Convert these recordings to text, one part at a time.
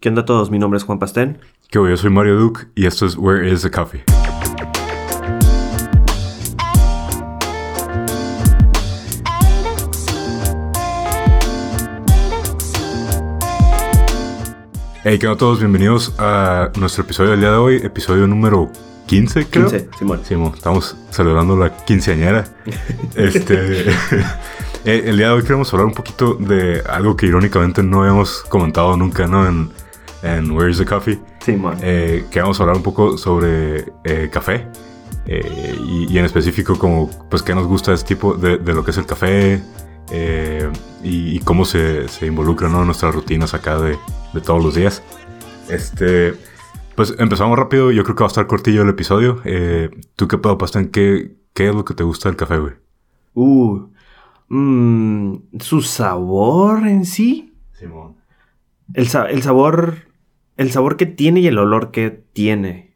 ¿Qué onda a todos? Mi nombre es Juan Pastén. Que yo soy Mario Duke y esto es Where is the Coffee. Hey, ¿qué onda a todos? Bienvenidos a nuestro episodio del día de hoy, episodio número 15, creo. 15, Simón. Sí, mo, estamos celebrando la quinceañera. Este, eh, el día de hoy queremos hablar un poquito de algo que irónicamente no habíamos comentado nunca, ¿no? En, en Where is the Coffee. Simón. Eh, queremos hablar un poco sobre eh, café. eh, y, y en específico, como, pues, qué nos gusta este tipo de, de lo que es el café. eh, y, y cómo se, se involucra, ¿no? En nuestras rutinas acá de, de todos los días. Este. Pues empezamos rápido. Yo creo que va a estar cortillo el episodio. Eh, ¿Tú qué pedo, Pastán? ¿Qué, ¿Qué es lo que te gusta del café, güey? Uh, mm, su sabor en sí. Simón. El, sa- el sabor. El sabor que tiene y el olor que tiene.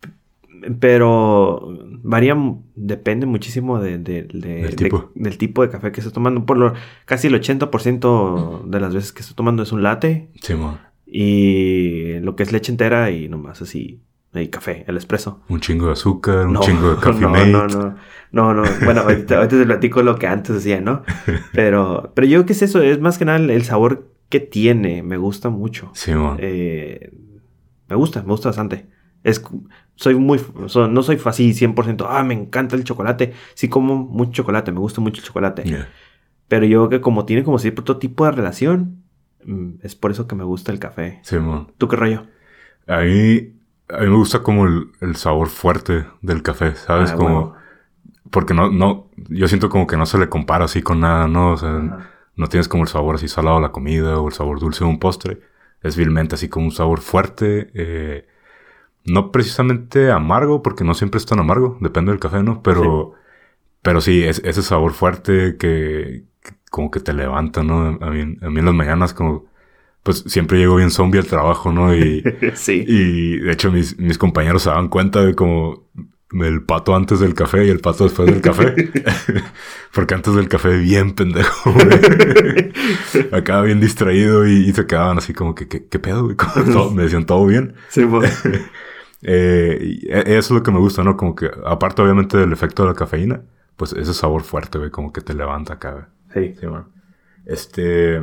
P- Pero varía, mu- depende muchísimo de- de- de- Del de- tipo. del tipo de café que esté tomando. Por lo, casi el 80% de las veces que estoy tomando es un latte. Simón. Y lo que es leche entera y nomás así. Y café, el espresso. Un chingo de azúcar, un chingo de café no, No, no, no, no. Bueno, ahorita, ahorita te platico lo que antes hacía, ¿no? Pero, pero yo qué es eso, es más que nada el, el sabor que tiene, me gusta mucho. Simón. Eh, me gusta, me gusta bastante. Es, cu- soy muy, so- no soy así 100%, ah, me encanta el chocolate. Sí como mucho chocolate, me gusta mucho el chocolate. Yeah. Pero yo creo que como tiene como cierto tipo de relación, mm, es por eso que me gusta el café. Simón. ¿Tú qué rollo? A mí, a mí me gusta como el, el sabor fuerte del café, ¿sabes? Ah, como, huevo. porque no, no, yo siento como que no se le compara así con nada, ¿no? O sea, no tienes como el sabor así salado a la comida o el sabor dulce de un postre. Es vilmente así como un sabor fuerte, eh, no precisamente amargo, porque no siempre es tan amargo, depende del café, ¿no? Pero, pero sí, es, ese sabor fuerte que, que como que te levanta, ¿no? A mí, a mí en las mañanas como, pues siempre llego bien zombie al trabajo, ¿no? Y... sí. Y de hecho mis, mis compañeros se daban cuenta de como el pato antes del café y el pato después del café. Porque antes del café bien pendejo, güey. Acaba bien distraído y, y se quedaban así como que, ¿qué, qué pedo? güey? Como todo- me decían todo bien. Sí, pues. Eh, y e- eso es lo que me gusta, ¿no? Como que aparte obviamente del efecto de la cafeína, pues ese sabor fuerte, güey, como que te levanta acá, güey. Sí. Sí, man. Este...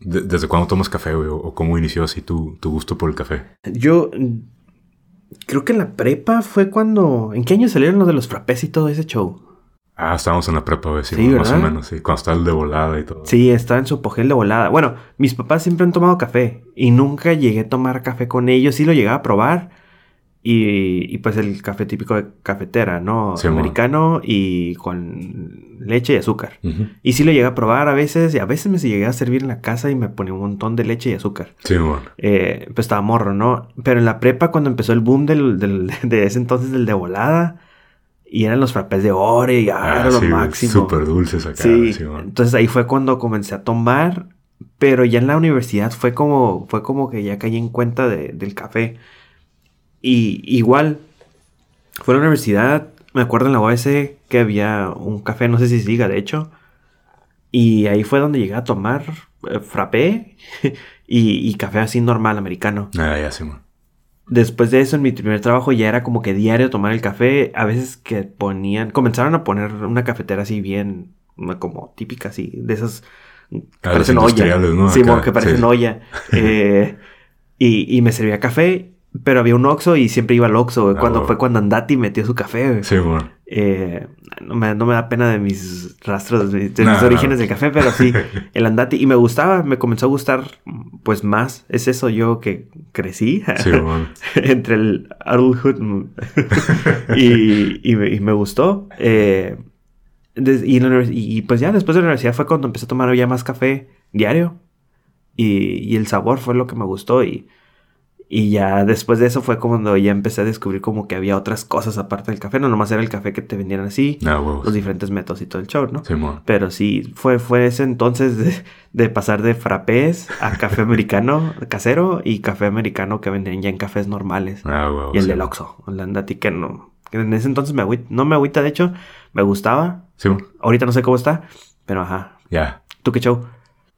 de- ¿Desde cuándo tomas café, güey? ¿O- ¿O cómo inició así tu, tu gusto por el café? Yo mm, creo que en la prepa fue cuando. ¿En qué año salieron los de los frappés y todo ese show? Ah, estábamos en la prepa, güey, sí, Sí, más o ¿verdad? menos, sí. Cuando está el de volada y todo. Sí, estaba en su apogel de volada. Bueno, mis papás siempre han tomado café y nunca llegué a tomar café con ellos. Sí lo llegaba a probar. Y, y, pues el café típico de cafetera, ¿no? Sí, mon. Americano y con leche y azúcar. Ujú. Y sí lo llegué a probar a veces y a veces me llegué a servir en la casa y me ponía un montón de leche y azúcar. Sí, bueno. eh, pues estaba morro, ¿no? Pero en la prepa, cuando empezó el boom del, del- de ese entonces, del de volada, y eran los frappés de ore, y ah, era lo sí, güey, máximo. Súper dulces acá, sí, güey, sí, bueno. entonces ahí fue cuando comencé a tomar, pero ya en la universidad fue como, fue como que ya caí en cuenta de- del café. Y igual, fue a la universidad, me acuerdo en la OS que había un café, no sé si siga, de hecho. Y ahí fue donde llegué a tomar eh, frappé y, y café así normal americano. Ah, ya, sí, bueno. Después de eso, en mi primer trabajo ya era como que diario tomar el café. A veces que ponían, comenzaron a poner una cafetera así bien, una como típica así, de esas que las parecen olla. Ah, industriales, ¿no? Sí, Acá, mo, que parecen sí. olla. Eh, y, y me servía café, pero había un Oxxo y siempre iba al Oxxo. güey, Ah, cuando bueno. fue cuando Andati metió su café. güey. Sí, bueno. Eh, no, me, no me da pena de mis rastros, de, de No, mis no. orígenes del café, pero sí, el andate. Y me gustaba, me comenzó a gustar, pues más. Es eso yo que crecí Sí, bueno. entre el adulthood mm, y, y, me, y me gustó. eh, des- y, en la univers- y- y pues ya después de la universidad fue cuando empecé a tomar ya más café diario. Y, y el sabor fue lo que me gustó. Y, y ya después de eso fue cuando ya empecé a descubrir como que había otras cosas aparte del café. No nomás era el café que te vendían así, Ah, huevos. los diferentes métodos y todo el show, ¿no? Sí, bueno. Pero sí, fue, fue ese entonces de, de pasar de frappés a café americano casero y café americano que vendían ya en cafés normales. Ah, huevos, y el sí, del bueno. Oxxo, el Andati, que no. que en ese entonces me agüita, no me agüita, de hecho, me gustaba. Sí, bueno. Ahorita no sé cómo está, pero ajá. Ya. ¿Tú qué show?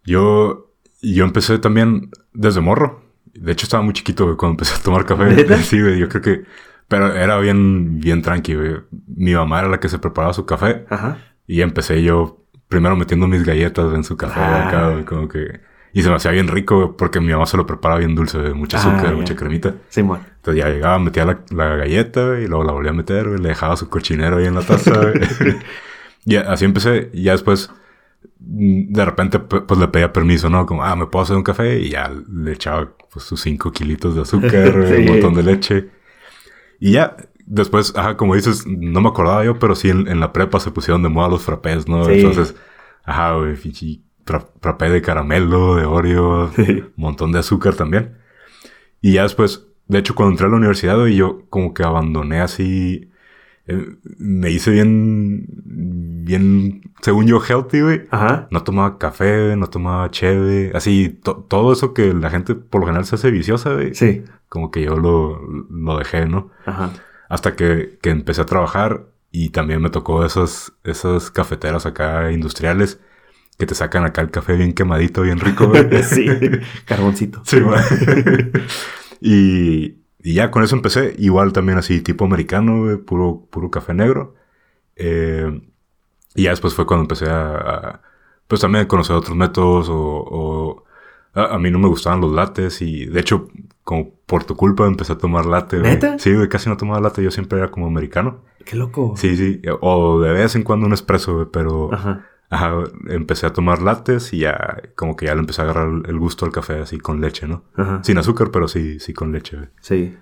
Yo, yo empecé también desde morro. De hecho, estaba muy chiquito, güey, cuando empecé a tomar café. Sí, güey, yo creo que... Pero era bien, bien tranqui, güey. Mi mamá era la que se preparaba su café. Ajá. Y empecé yo primero metiendo mis galletas en su café Ah. acá, güey, como que... Y se me hacía bien rico, güey, porque mi mamá se lo prepara bien dulce, güey, mucha Ah, azúcar, ya. mucha cremita. Simón. Entonces ya llegaba, metía la, la galleta, güey, y luego la volvía a meter, güey, le dejaba su cochinero ahí en la taza, güey. y así empecé, y ya después, mm, de repente, pe- pues le pedía permiso, ¿no? Como, ah, me puedo hacer un café, y ya le echaba pues, sus cinco kilitos de azúcar, güey, Sí. un montón de leche. Y ya, después, ajá, como dices, no me acordaba yo, pero sí en, en la prepa se pusieron de moda los frappés, ¿no? Sí. Entonces, ajá, güey, pinche fra- frappé de caramelo, de Oreo, Sí. un montón de azúcar también. Y ya después, de hecho, cuando entré a la universidad, güey, yo como que abandoné así. eh, me hice bien. Bien, según yo, healthy, güey. Ajá. No tomaba café, güey, no tomaba cheve. Así, to- todo eso que la gente por lo general se hace viciosa, güey. Sí. Como que yo lo, lo dejé, ¿no? Ajá. Hasta que, que empecé a trabajar y también me tocó esas, esas cafeteras acá industriales que te sacan acá el café bien quemadito, bien rico, güey. sí. Carboncito. Sí, güey. y, y ya con eso empecé. Igual también así, tipo americano, güey, puro, puro café negro. Eh, y ya después fue cuando empecé a, a, pues también a conocer otros métodos o... o- a, a mí no me gustaban los lates y de hecho, como por tu culpa empecé a tomar latte. güey. ¿Neta? Sí, güey, casi no tomaba latte. Yo siempre era como americano. Qué loco. Sí, sí. O de vez en cuando un espresso, güey, pero... Ajá. Ajá, empecé a tomar lates y ya como que ya le empecé a agarrar el gusto al café así con leche, ¿no? Ajá. Sin azúcar, pero sí, sí con leche. güey. Sí.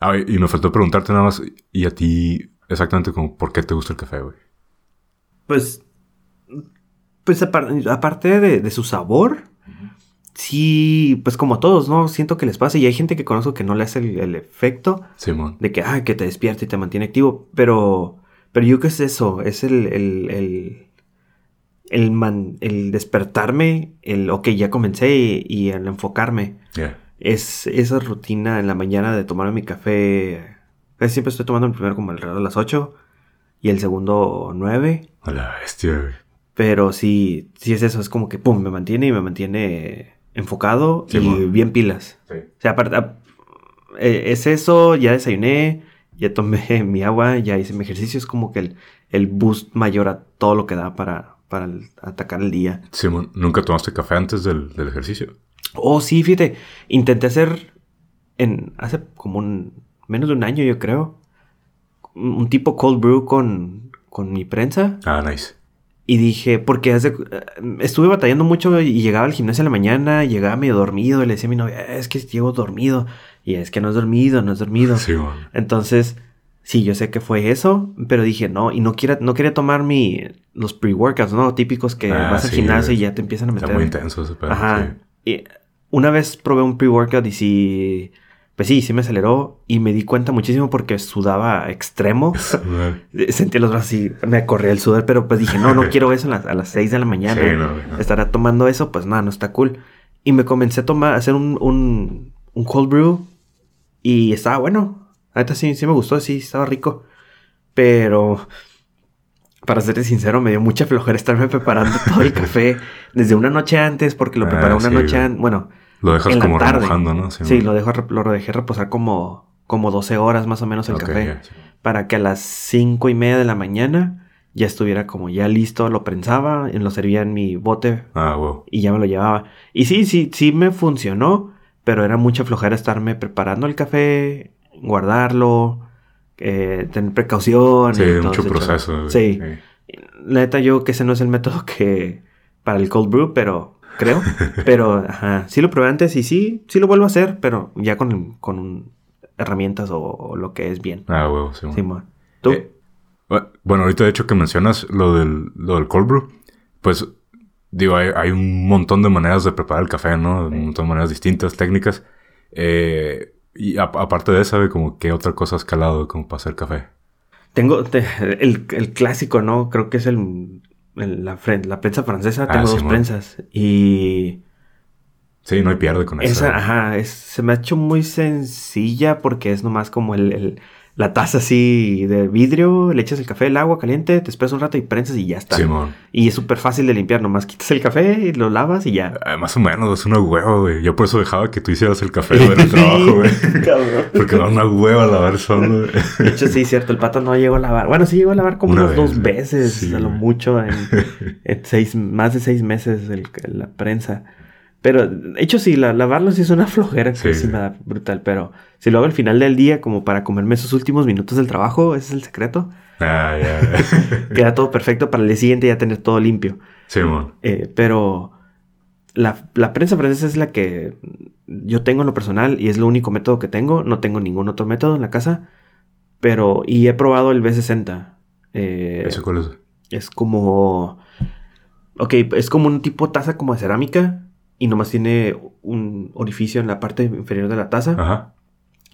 Ah, y y me faltó preguntarte nada más, y a ti exactamente como por qué te gusta el café, güey. Pues. Pues apar- aparte de, de su sabor. Sí, pues como a todos, ¿no? Siento que les pasa y hay gente que conozco que no le hace el, el efecto Simón. de que, ah, que te despierta y te mantiene activo, pero, pero yo qué es eso, es el, el, el, el, man- el despertarme, el, ok, ya comencé y, y el enfocarme. Yeah. es esa rutina en la mañana de tomarme mi café. Casi siempre estoy tomando el primero como alrededor de las 8 y el segundo 9. A la bestia, güey. Pero sí, sí es eso, es como que pum, me mantiene y me mantiene enfocado Sí, y bueno. bien pilas. Sí. O sea, aparte, ap- eh, es eso, ya desayuné, ya tomé mi agua, ya hice mi ejercicio. Es como que el, el boost mayor a todo lo que da para, para el- atacar el día. Simón, ¿nunca tomaste café antes del, del ejercicio? Oh, sí, fíjate. Intenté hacer en hace como un, menos de un año, yo creo. Un un tipo cold brew con, con mi prensa. Ah, nice. Y dije, porque hace- eh, estuve batallando mucho y llegaba al gimnasio en la mañana, llegaba medio dormido y le decía a mi novia, es que llego dormido. Y es que no es dormido, no es dormido. Simón. Entonces, sí, yo sé que fue eso, pero dije, no, y no quiera, no quería tomar mi, los pre-workouts, ¿no? Típicos que Ah, vas al sí, gimnasio y güey. ya te empiezan a meter. Está muy intenso ese pedo. Ajá. sí. Y una vez probé un pre-workout y sí. Pues sí, sí me aceleró y me di cuenta muchísimo porque sudaba extremo. Simón. Sentí los brazos y me corría el sudor, pero pues dije, no, no quiero eso a las, a las 6 de la mañana. Sí, no, güey, no. Estará tomando eso, pues nada, no está cool. Y me comencé a tomar, a hacer un, un, un cold brew y estaba bueno. Ahorita sí, sí me gustó, sí, estaba rico. Pero, para serte sincero, me dio mucha flojera estarme preparando todo el café desde una noche antes, porque lo Ah, preparé una sí, noche güey. antes. Bueno, Lo dejas en la como tarde. remojando, ¿no? Simón. sí, lo, dejo, rep- lo dejé reposar como, como 12 horas más o menos el Ok, café ya, Simón. para que a las cinco y media de la mañana ya estuviera como ya listo, lo prensaba, lo servía en mi bote Ah, wow. y ya me lo llevaba. Y sí, sí, sí me funcionó, pero era mucha flojera estarme preparando el café, guardarlo, eh, tener precaución. Sí, y todo mucho ese proceso. show. güey. Sí. La neta, yo que ese no es el método que para el cold brew, pero creo. pero ajá, sí lo probé antes y sí, sí lo vuelvo a hacer, pero ya con, con herramientas o, o lo que es bien. Ah, wow, Simón. Simón. ¿Tú? Eh, bu- bueno, ahorita de hecho que mencionas lo del, lo del cold brew, pues digo, hay, hay un montón de maneras de preparar el café, ¿no? Un montón de maneras distintas, técnicas. Eh, y a- aparte de esa, güey, como qué otra cosa has calado como para hacer café. Tengo te- el, el clásico, ¿no? Creo que es el, el- la, fren- la prensa francesa. Ah, Tengo dos Simón. prensas. Y Sí, no hay pierde con esa, esa. ajá, es- se me ha hecho muy sencilla porque es nomás como el, el- la taza así de vidrio, le echas el café, el agua caliente, te esperas un rato y prensas y ya está. Simón. Y es súper fácil de limpiar, nomás quitas el café, lo lavas y ya. Ah, más o menos, es una hueva, güey. Yo por eso dejaba que tú hicieras el café en el trabajo, güey. Cabrón. Porque era una hueva lavar solo, güey. De hecho, sí, cierto, el pato no llegó a lavar. Bueno, sí llegó a lavar como Una unas vez, dos güey. veces, Sí, a lo güey. mucho, en, en seis, más de seis meses el- la prensa. Pero, de hecho, sí, la- lavarlo sí es una flojera, que Sí, sí me güey. da brutal. Pero si lo hago al final del día, como para comerme esos últimos minutos del trabajo, ese es el secreto. Ah, ya. Queda todo perfecto para el día siguiente ya tener todo limpio. Simón. Eh, pero la, la prensa francesa es la que yo tengo en lo personal y es lo único método que tengo. No tengo ningún otro método en la casa. Pero, y he probado el B60. Eh, ¿Eso cuál es? es como. Ok, es como un tipo taza como de cerámica. Y nomás tiene un orificio en la parte inferior de la taza. Ajá.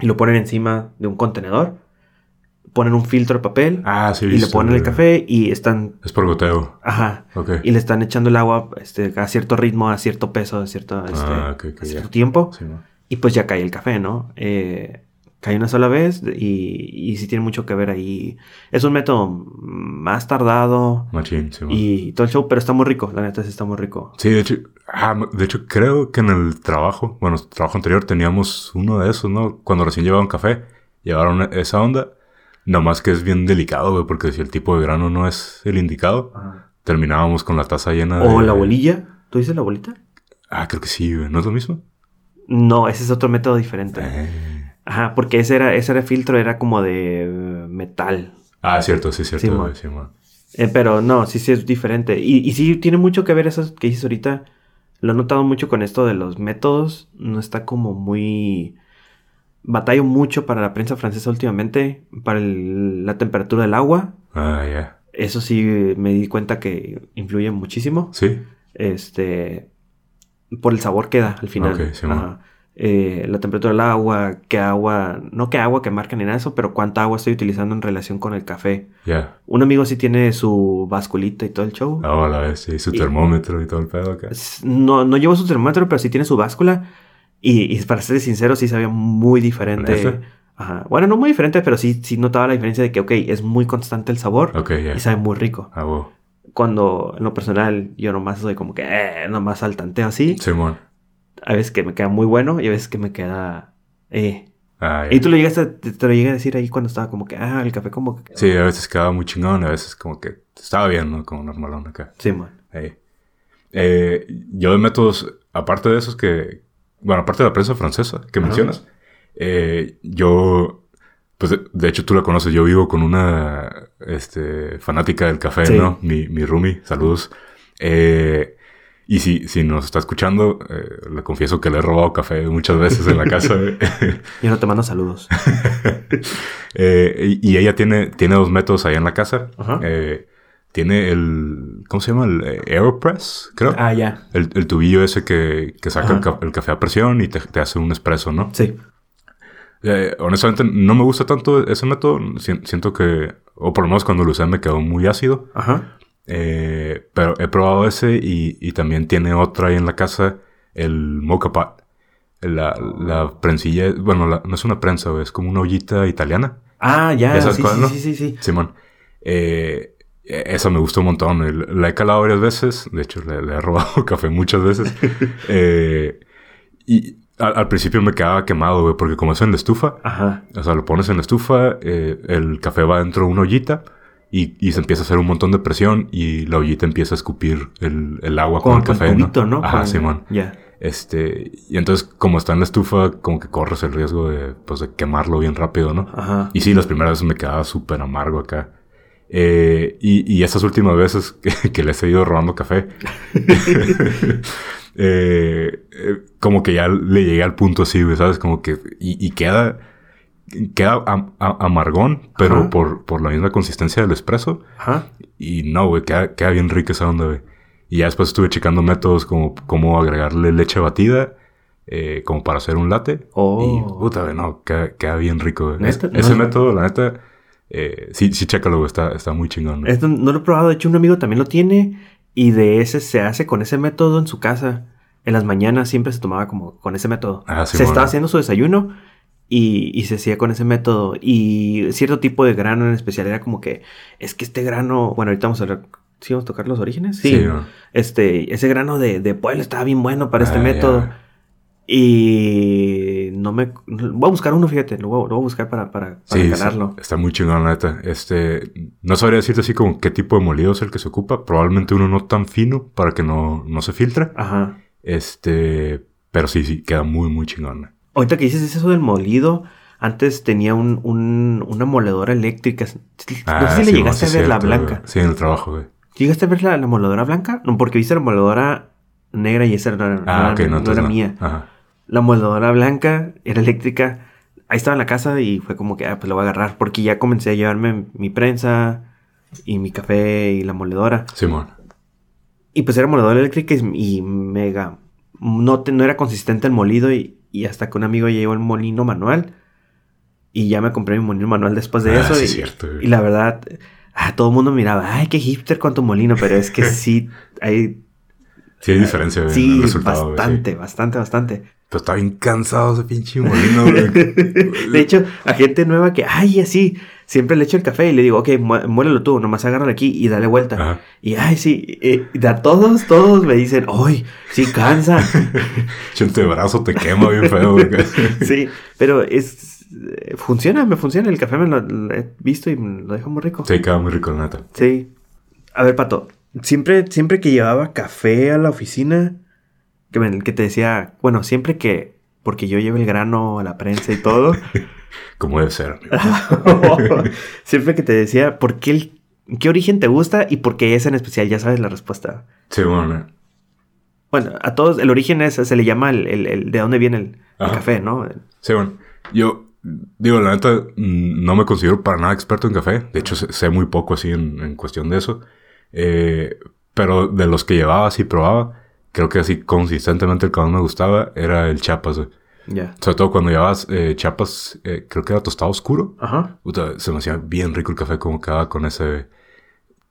Y lo ponen encima de un contenedor. Ponen un filtro de papel. Ah, sí, he y le visto, ponen el güey. café. Y están. Es por goteo. Ajá Ok. y le están echando el agua este, a cierto ritmo, a cierto peso, a cierto, este, Ah, ok, ok, a cierto ya. tiempo. Simón. Y pues ya cae el café, ¿no? Eh, cae una sola vez y, y sí tiene mucho que ver ahí. Es un método más tardado Machín, Simón. y todo el show, pero está muy rico, la neta sí está muy rico. Sí, de hecho, ah, me- de hecho creo que en el trabajo, bueno, el trabajo anterior teníamos uno de esos, ¿no? Cuando recién llevaban café, llevaron esa onda. Nomás que es bien delicado, güey, porque si el tipo de grano no es el indicado, terminábamos con la taza llena de... O la bolilla, ¿tú dices la bolita? Ah, creo que sí, güey. ¿No es lo mismo? No, ese es otro método diferente. Eh. Ajá, porque ese era, ese era filtro, era como de eh, metal. Ah, es cierto, sí, es cierto, Simón. güey, Simón. Eh, pero no, sí, sí es diferente. Y, y sí tiene mucho que ver eso que dices ahorita. Lo he notado mucho con esto de los métodos. No está como muy... Batallo mucho para la prensa francesa últimamente, para el- la temperatura del agua. Ah, ya. Eso sí me di cuenta que influye muchísimo. Sí, Este... Por el sabor que da al final. Ok, Simón. Ajá. Eh, la temperatura del agua, qué agua... No qué agua que marca ni nada de eso, pero cuánta agua estoy utilizando en relación con el café. ya. Un amigo sí tiene su basculita y todo el show. Ah, la vez, sí, su Y- termómetro y todo el pedo acá. S- No, no lleva su termómetro, pero sí tiene su báscula. Y, y para ser sincero, sí sabía muy diferente. ¿Neta? Ajá. Bueno, no muy diferente, pero sí, sí notaba la diferencia de que, ok, es muy constante el sabor Ok, ya. y sabe muy rico. Ah, wow. Cuando en lo personal yo nomás soy como que, eh, nomás al tanteo así. Simón. A veces que me queda muy bueno y a veces que me queda... Eh. Ah, ya. Y tú lo llegaste, a- te, te lo llegué a decir ahí cuando estaba como que, ah, el café como que... Sí, a veces quedaba muy chingón, a veces como que estaba bien, ¿no? Como normalón acá. Sí, man. Ey. Eh, yo de métodos, aparte de esos que, bueno, aparte de la prensa francesa que Ajá. mencionas, eh, yo, pues de, de hecho tú la conoces, yo vivo con una este, fanática del café, Sí. ¿no? Mi, mi roomie, saludos. Eh, y si, si nos está escuchando, eh, le confieso que le he robado café muchas veces en la casa. güey. Yo no te mando saludos. Eh, y, y ella tiene, tiene dos métodos allá en la casa. Ajá. Eh, tiene el, ¿cómo se llama? El eh, Aeropress, creo. Ah, ya. El, el tubillo ese que, que saca Ajá. el, ca- el café a presión y te, te hace un espresso, ¿no? Sí. Eh, honestamente, no me gusta tanto ese método. Si- siento que, o por lo menos cuando lo usé, me quedó muy ácido. Ajá. Eh, pero he probado ese y, y también tiene otra ahí en la casa, el mocha pot. La, la prensilla, bueno, la- no es una prensa, güey, es como una ollita italiana. Ah, ya. ¿Ya sabes sí, cuál, sí, no? sí, sí, sí. Simón. Eh, esa me gustó un montón. El- La he calado varias veces. De hecho, le, le he robado café muchas veces. Eh, y al, al principio me quedaba quemado, güey, porque como es en la estufa, Ajá. o sea, lo pones en la estufa, eh, el café va dentro de una ollita y, y se empieza a hacer un montón de presión y la ollita empieza a escupir el, el agua con, con, el café. con cubito, ¿no? Ajá, Con- Simón. Ya. Este, y entonces, como está en la estufa, como que corres el riesgo de, pues, de quemarlo bien rápido, ¿no? Ajá. Y sí, las primeras veces me quedaba súper amargo acá. Eh, y, y estas últimas veces que, que les he ido robando café, eh, eh, como que ya le llegué al punto así, güey, ¿sabes? Como que. Y, y queda. Queda am- a- amargón, pero Ajá. por, por la misma consistencia del espresso. Ajá. Y no, güey, queda, queda bien rica esa onda, güey. Y ya después estuve checando métodos como cómo agregarle leche batida, eh, como para hacer un latte. Oh. Y puta, güey, no, queda, queda bien rico, güey. Es- ¿Neta? ese No. método, la neta, eh, sí, sí, chécalo, güey, está, está muy chingón. güey. Esto no lo he probado. De hecho, un amigo también lo tiene. Y de ese se hace con ese método en su casa. En las mañanas siempre se tomaba como con ese método. Ah, sí, se bueno. estaba haciendo su desayuno. Y, y, se hacía con ese método. Y cierto tipo de grano en especial era como que, es que este grano, bueno, ahorita vamos a, ¿sí vamos a tocar los orígenes. Sí. sí ¿no? Este, ese grano de, de Puebla estaba bien bueno para ah, este método. Ya. Y no me... Voy a buscar uno, fíjate, lo voy, lo voy a buscar para, para, para sí, está, está, muy chingón, la neta. Este, no sabría decirte así como qué tipo de molido es el que se ocupa. Probablemente uno no tan fino para que no, no se filtre. Ajá. Este, pero sí, sí, queda muy, muy chingón. Ahorita que dices eso del molido, antes tenía un, un, una moledora eléctrica. Ah, no sé si sí, le llegaste no, sí, a ver cierto, la blanca. Güey. Sí, en el trabajo, güey. ¿Llegaste a ver la, la moledora blanca? No, porque viste la moledora negra y esa no era, ah, no, okay, no, no era mía. Ajá. La moledora blanca era eléctrica. Ahí estaba en la casa y fue como que, ah, pues lo voy a agarrar. Porque ya comencé a llevarme mi prensa y mi café y la moledora. Simón. Y pues era moledora eléctrica y, y mega. No, te, no era consistente el molido y, y hasta que un amigo llevó el molino manual. Y ya me compré mi molino manual después de ah, eso. Sí, y, cierto, y, la verdad, ah, todo el mundo miraba, ay, qué hipster con tu molino, pero es que sí, hay... Sí hay diferencia ah, sí, en el resultado. Bastante, sí. bastante, bastante. Pero Pues está bien cansado ese pinche molino. de hecho, a gente nueva que, ay, así, siempre le echo el café y le digo, ok, muélelo tú, nomás agárralo aquí y dale vuelta. Ajá. Y, ay, sí, eh, a todos, todos me dicen, ay, sí cansa. Chente brazo te quema bien feo. sí, pero es, eh, funciona, me funciona, el café me lo, lo he visto y me lo deja muy rico. Sí, queda muy rico, la neta. Sí. A ver, Pato, siempre, siempre que llevaba café a la oficina, que, que te decía, bueno, siempre que, porque yo llevo el grano a la prensa y todo. Como debe ser. Amigo. siempre que te decía, ¿por qué, el, qué origen te gusta y por qué ese en especial? Ya sabes la respuesta. Sí, bueno. Bueno, a todos, el origen es, se le llama el, el, el de dónde viene el, café, ¿no? Sí, bueno. Yo, digo, la neta, mm, no me considero para nada experto en café. De hecho, sé muy poco así en, en cuestión de eso. Eh, pero de los que llevaba, sí probaba, creo que así consistentemente el que más me gustaba era el Chapas, güey. Yeah. Sobre todo cuando llevabas eh, Chapas, eh, creo que era tostado oscuro. Ajá. Puta, se me hacía bien rico el café como quedaba con ese.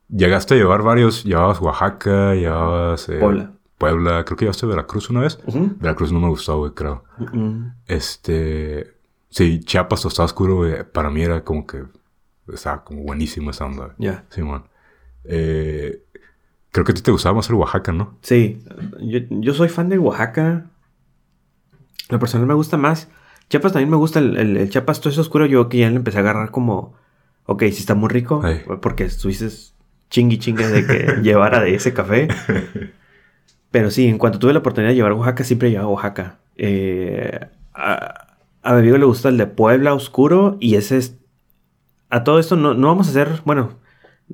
Llegaste a llevar varios, llevabas Oaxaca, llevabas. eh, Puebla. Puebla, creo que llevaste Veracruz una vez. Uh -huh. Veracruz no me gustó, güey, creo. Uh Mm, -uh. Este. Sí, Chiapas tostado oscuro, güey, para mí era como que. Estaba como buenísimo esa onda, güey. Yeah. Sí, man. Eh, creo que a ti te gustaba más el Oaxaca, ¿no? Sí, yo, yo soy fan del Oaxaca. La personal me gusta más. Chiapas también me gusta el, el, el Chiapas, todo eso oscuro. Yo que ya le empecé a agarrar como, ok, si sí está muy rico, Ay. porque estuviste chingui chingue de que llevara de ese café. Pero sí, en cuanto tuve la oportunidad de llevar Oaxaca, siempre llevaba Oaxaca. Eh, a, a mi amigo le gusta el de Puebla oscuro y ese es. A todo esto no, no vamos a hacer, bueno,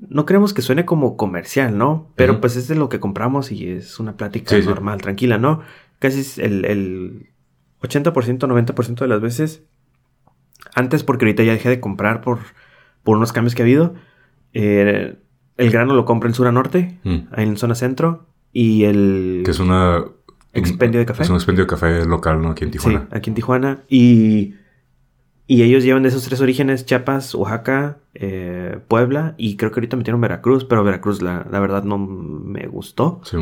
no queremos que suene como comercial, ¿no? Pero uh -huh. pues es de lo que compramos y es una plática sí, normal, sí. tranquila, ¿no? Casi es el, el 80%, 90% de las veces. Antes, porque ahorita ya dejé de comprar por, por unos cambios que ha habido. Eh, el grano lo compra en Sura Norte, uh -huh. ahí en zona centro. Y el. Que es una. Expendio de café. Es un expendio de café local, ¿no? Aquí en Tijuana. Sí, aquí en Tijuana. Y. Y ellos llevan de esos tres orígenes, Chiapas, Oaxaca, eh, Puebla, y creo que ahorita metieron Veracruz, pero Veracruz la, la verdad no me gustó. Sí,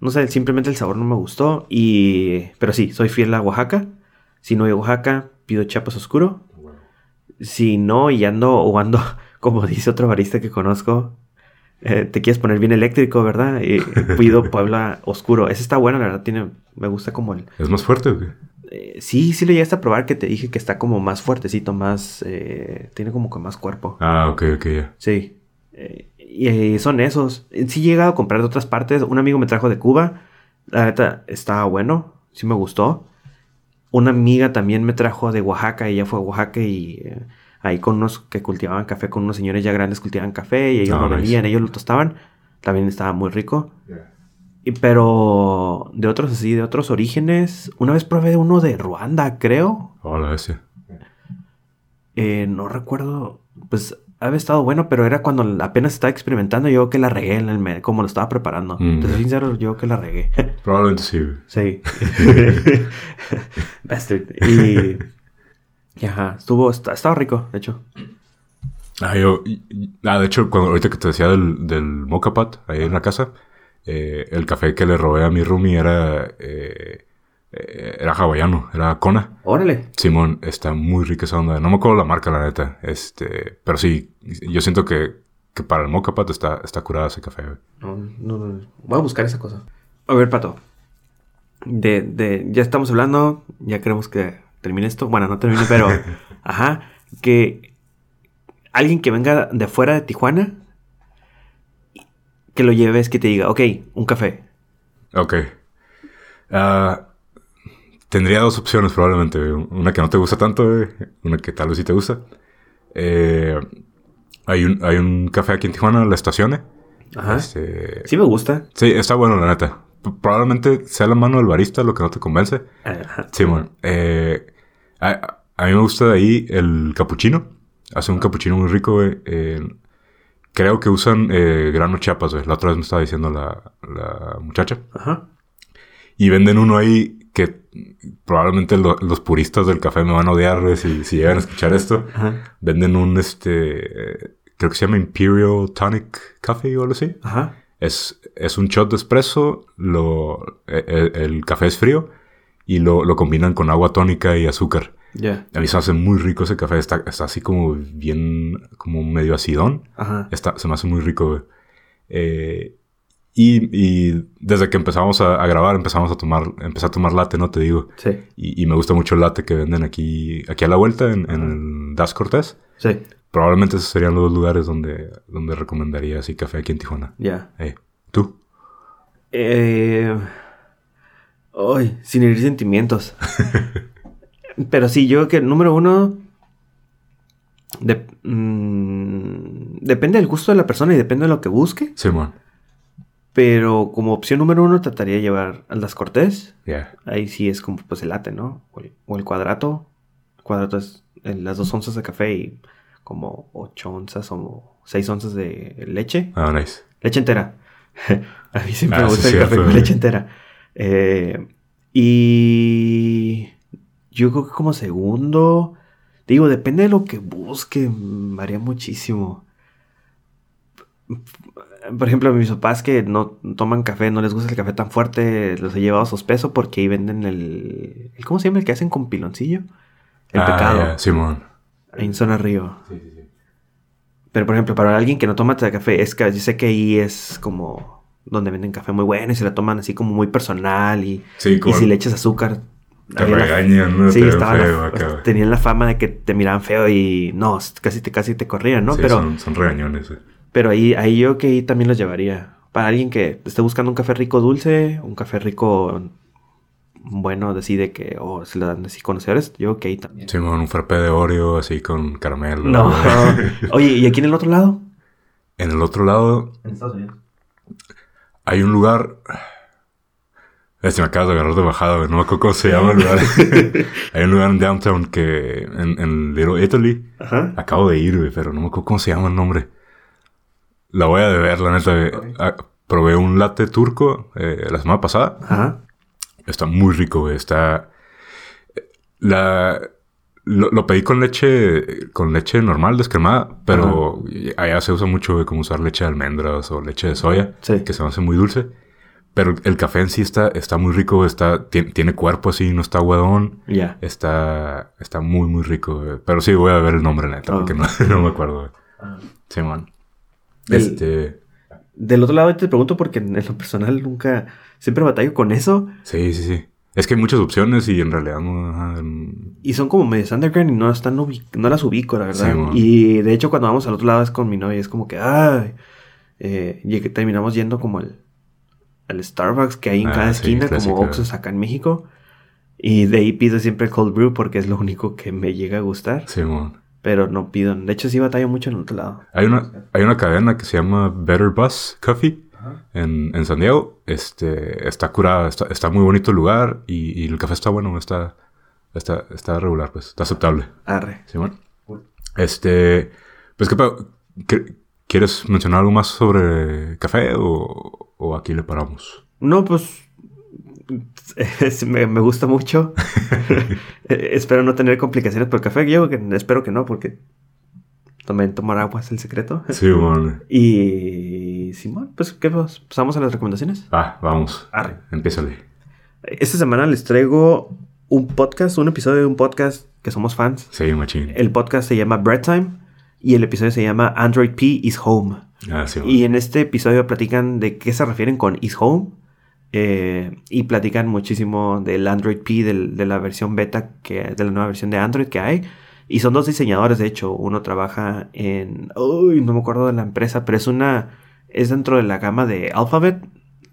no sé, simplemente el sabor no me gustó, y... pero sí, soy fiel a Oaxaca. Si no hay Oaxaca, pido Chiapas Oscuro. Wow. Si no, y ando o ando, como dice otro barista que conozco, eh, te quieres poner bien eléctrico, ¿verdad? Y pido Puebla Oscuro. Ese está bueno, la verdad, tiene, me gusta como el... Es más fuerte, güey eh, sí, sí lo llegaste a probar que te dije que está como más fuertecito, más... Eh, tiene como que más cuerpo. Ah, ok, ok, yeah. Sí. Eh, y son esos. Eh, Sí he llegado a comprar de otras partes. Un amigo me trajo de Cuba. La neta, estaba bueno. Sí me gustó. Una amiga también me trajo de Oaxaca. Ella fue a Oaxaca y... Eh, ahí con unos que cultivaban café, con unos señores ya grandes cultivaban café. Y ellos oh, lo vendían, nice. ellos lo tostaban. También estaba muy rico. Yeah. Pero de otros así, de otros orígenes. Una vez probé uno de Ruanda, creo. Hola, ese. Eh, no recuerdo. Pues había estado bueno, pero era cuando apenas estaba experimentando. Yo que la regué en el como lo estaba preparando. Mm. Entonces, sincero, yo que la regué. Probablemente sí. Sí. Bastard. Y. y ajá, estuvo. Estaba rico, de hecho. Ah, yo. Ah, de hecho, cuando, ahorita que te decía del, del mocha pat ahí en la casa. Eh, el café que le robé a mi roomie era eh, eh, era hawaiano, era Kona. Órale. Simón, está muy rica esa onda. No me acuerdo la marca, la neta. Este, pero sí, yo siento que, que para el mocha, pato, está, está curada ese café, güey. No, no, no. Voy a buscar esa cosa. A ver, Pato. De, de, ya estamos hablando, ya queremos que termine esto. Bueno, no termine, pero, ajá, que alguien que venga de afuera de Tijuana, que lo lleves, que te diga, ok, un café. Ok. Ah, tendría dos opciones probablemente. güey. Una que no te gusta tanto, güey, una que tal vez sí te gusta. Eh, hay, un, hay un café aquí en Tijuana, La Estacione. Ajá. Este, Pues, Sí me gusta. sí, está bueno, la neta. P- Probablemente sea la mano del barista lo que no te convence. Ajá. Simón, eh, a, a mí me gusta de ahí el capuchino. Hace un capuchino muy rico, güey. Eh, creo que usan eh, grano chapas, güey. La otra vez me estaba diciendo la, la muchacha. Ajá. Y venden uno ahí que probablemente lo- los puristas del café me van a odiar, güey, si, si llegan a escuchar esto. Ajá. Venden un, este, eh, creo que se llama Imperial Tonic Coffee o algo así. Ajá. Es, es un shot de espresso, lo, e- e- el, café es frío y lo, lo combinan con agua tónica y azúcar. Ya. A mí se me hace muy rico ese café, está, está así como bien, como medio acidón. Ajá. Está, se me hace muy rico, güey. Eh, y, y desde que empezamos a, a grabar, empezamos a tomar, empecé a tomar latte, ¿no? Te digo. Sí. Y, y me gusta mucho el latte que venden aquí, aquí a la vuelta en, en el Das Cortés. Sí. Probablemente esos serían los dos lugares donde, donde recomendaría así café aquí en Tijuana. Ya. Eh, ¿Tú? Eh, ay, sin herir sentimientos. Pero sí, yo creo que el número uno. de- mm, depende del gusto de la persona y depende de lo que busque. Simón. Pero como opción número uno, trataría de llevar al Las Cortés. Ya. Ahí sí es como pues el late, ¿no? O el, o el cuadrato. El cuadrato es eh, las dos onzas de café y como ocho onzas o seis onzas de leche. Ah, nice. Leche entera. a mí siempre Ah, me sí, gusta el cierto, café con güey. leche entera. Eh, y yo creo que como segundo, digo, depende de lo que busque, varía muchísimo. Por ejemplo, a mis papás que no toman café, no les gusta el café tan fuerte, los he llevado a sospeso porque ahí venden el, el- ¿Cómo se llama? El que hacen con piloncillo. El Ah, pecado. ya, Simón. Ahí en Zona Río. Sí, sí, sí. Pero, por ejemplo, para alguien que no toma té de café, es que yo sé que ahí es como donde venden café muy bueno y se la toman así como muy personal y, Sí, y como si le echas azúcar. te había la- regañan, ¿no? sí, te ven estaba la- feo acá, güey. tenían la fama de que te miraban feo y no, casi te, casi te corrían, ¿no? Sí, pero son, son regañones, güey. pero ahí, ahí yo que ahí también los llevaría. Para alguien que esté buscando un café rico dulce, un café rico bueno, decide que, oh, se le dan así conocedores, yo que ahí también. Simón, un frappé de Oreo así con caramelo. No. güey. Oye, ¿y aquí en el otro lado? en el otro lado En Estados Unidos. hay un lugar... Este me acabas de agarrar de bajada, güey. No me acuerdo cómo se llama el lugar. hay un lugar en Downtown que... En, en Little Italy. Ajá. Acabo de ir, güey, pero no me acuerdo cómo se llama el nombre. La voy a deber, la neta. güey. Ah, Probé un latte turco eh, la semana pasada. Ajá. Está muy rico, güey. Está. eh, La. Lo, lo pedí con leche. Con leche normal, descremada. Pero allá se usa mucho, güey, como usar leche de almendras o leche de soya. Sí. Que se me hace muy dulce. Pero el café en sí está, está muy rico, güey, está, tiene, tiene cuerpo así, no está huevón. Ya. Está, está muy, muy rico. güey. Pero sí, voy a ver el nombre, neta, Ah. porque no, no me acuerdo. güey. Sí, man. Y- Este. Del otro lado te pregunto porque en en lo personal nunca, siempre batallo con eso Sí, sí, sí. Es que hay muchas opciones y en realidad no. ajá, mm, y son como medias underground y no, están ubi- no las ubico, la verdad. Sí, mo. y de hecho cuando vamos al otro lado es con mi novia, es como que, ay, eh, y que terminamos yendo como al, al Starbucks que hay en Ah, cada sí, esquina, clásico. como Oxxos acá en México. Y de ahí pido siempre cold brew porque es lo único que me llega a gustar, sí, man. pero no pido, de hecho sí batallo mucho en el otro lado. Hay una, hay una cadena que se llama Better Bus Coffee en, en San Diego. Este, está curada, está, está muy bonito el lugar y, y el café está bueno, está, está, está regular, pues, está aceptable. Arre. Simón. Este, pues, ¿qué pedo? ¿Qué- ¿Quieres mencionar algo más sobre café o, o aquí le paramos? No, pues es- me, me gusta mucho. Eh, espero no tener complicaciones por el café. Yo que- espero que no, porque también tomar agua es el secreto. Sí, man. Y Simón, pues ¿qué más? pasamos a las recomendaciones. Ah, vamos. Arre. Empiézale. Esta semana les traigo un podcast, un episodio de un podcast que somos fans. Sí, machín. El podcast se llama Bread Time y el episodio se llama Android P is Home. Ah, sí, Y en este episodio platican de qué se refieren con is home. eh, y platican muchísimo del Android P, del- de la versión beta, que, de la nueva versión de Android que hay. Y son dos diseñadores, de hecho. Uno trabaja en. Uy, no me acuerdo de la empresa, pero es una. Es dentro de la gama de Alphabet,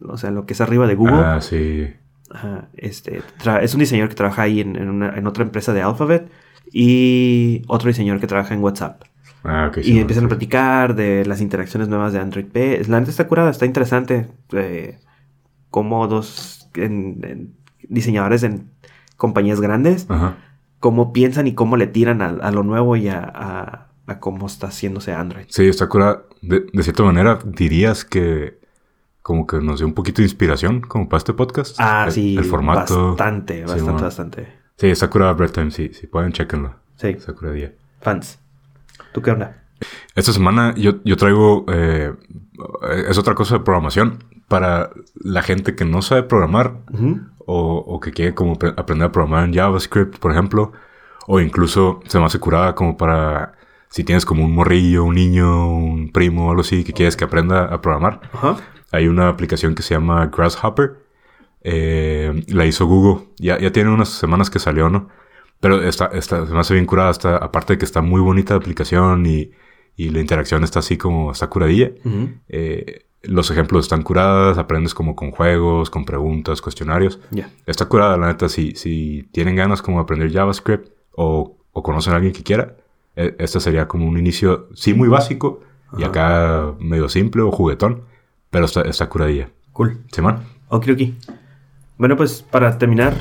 o sea, lo que es arriba de Google. Ah, sí. Ajá, este, tra- es un diseñador que trabaja ahí en, en una- en otra empresa de Alphabet. Y otro diseñador que trabaja en WhatsApp. Ah, ok. Y sí, empiezan a bueno, sí. platicar de las interacciones nuevas de Android P. La neta está curada, está interesante. eh, cómo dos en- en diseñadores en compañías grandes, Ajá. cómo piensan y cómo le tiran a, a lo nuevo y a, a- a cómo está haciéndose Android. Sí, está curada. De, de cierta manera, dirías que como que nos dio un poquito de inspiración como para este podcast. Ah, El- sí, El formato. bastante, bastante, bueno. bastante. Sí, está curada Bread Time, sí. Si pueden, chequenlo. Sí, Está curadilla. fans. ¿Tú qué onda? Esta semana yo, yo traigo... eh, es otra cosa de programación para la gente que no sabe programar Ujú. o, o que quiere como pre- aprender a programar en JavaScript, por ejemplo, o incluso se me hace curada como para si tienes como un morrillo, un niño, un primo o algo así que quieres que aprenda a programar. Ajá. Hay una aplicación que se llama Grasshopper. eh, la hizo Google. Ya, ya tiene unas semanas que salió, ¿no? Pero está, está, se me hace bien curada. Está, aparte de que está muy bonita la aplicación y, y la interacción está así como está curadilla. Ujú. Eh, los ejemplos están curadas, aprendes como con juegos, con preguntas, cuestionarios. Ya. Está curada, la neta. Si, si tienen ganas como de aprender JavaScript o, o conocen a alguien que quiera, e- este sería como un inicio, sí, muy básico y acá medio simple o juguetón, pero está, está curadilla. Cool. ¿Semana? Okidoki. Bueno, pues para terminar,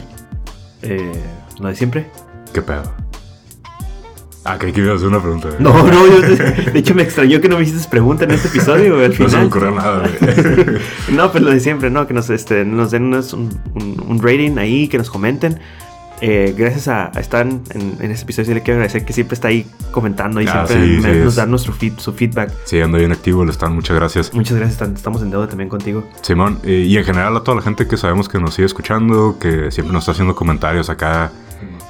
eh, lo de siempre. ¿Qué pedo? Ah, creí que ibas a hacer una pregunta. güey. No, no, yo, de hecho me extrañó que no me hiciste pregunta en este episodio, güey, al No se me final. ocurrió nada, güey. No, pues lo de siempre, ¿no? Que nos, este, nos den unos- un, un- un rating ahí, que nos comenten. Eh, gracias a, a Stan en, en este episodio, sí le quiero agradecer que siempre está ahí comentando y Ah, siempre sí, me- sí, nos es- da nuestro feed- su feedback. Sí, ando bien activo, le están, muchas gracias. Muchas gracias, Stan. Estamos en deuda también contigo. Simón, eh, y en general a toda la gente que sabemos que nos sigue escuchando, que siempre nos está haciendo comentarios acá,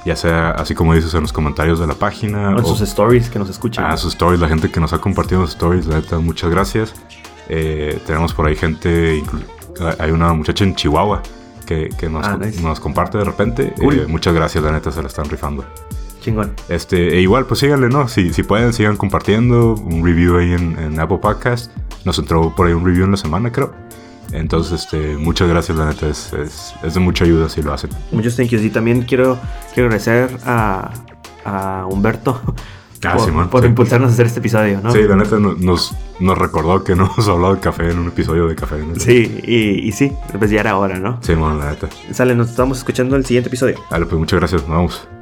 ya sea así como dices en los comentarios de la página, Con o sus stories, que nos escuchen. a Ah, sus stories, la gente que nos ha compartido los stories, la neta, muchas gracias. Eh, tenemos por ahí gente, inclu- hay una muchacha en Chihuahua que, que nos, Ah, nice. nos comparte de repente. Cool. Eh, muchas gracias, la neta, se la están rifando. Chingón. Este, e igual, pues síganle, ¿no? Si, si pueden, sigan compartiendo. Un review ahí en, en Apple Podcast. Nos entró por ahí un review en la semana, creo. Entonces, este, muchas gracias, la neta. Es, es- es de mucha ayuda si lo hacen. Muchos thank yous. Y también quiero, quiero agradecer a, a Humberto Ah, por, Simón, por sí. impulsarnos a hacer este episodio, ¿no? Sí, la neta no- nos, nos recordó que no hemos hablado de café en un episodio de café. ¿no? Sí, y, y sí, pues ya era hora, ¿no? Sí, bueno, la neta. Sale, nos estamos escuchando el siguiente episodio. Vale, pues muchas gracias. Nos vemos.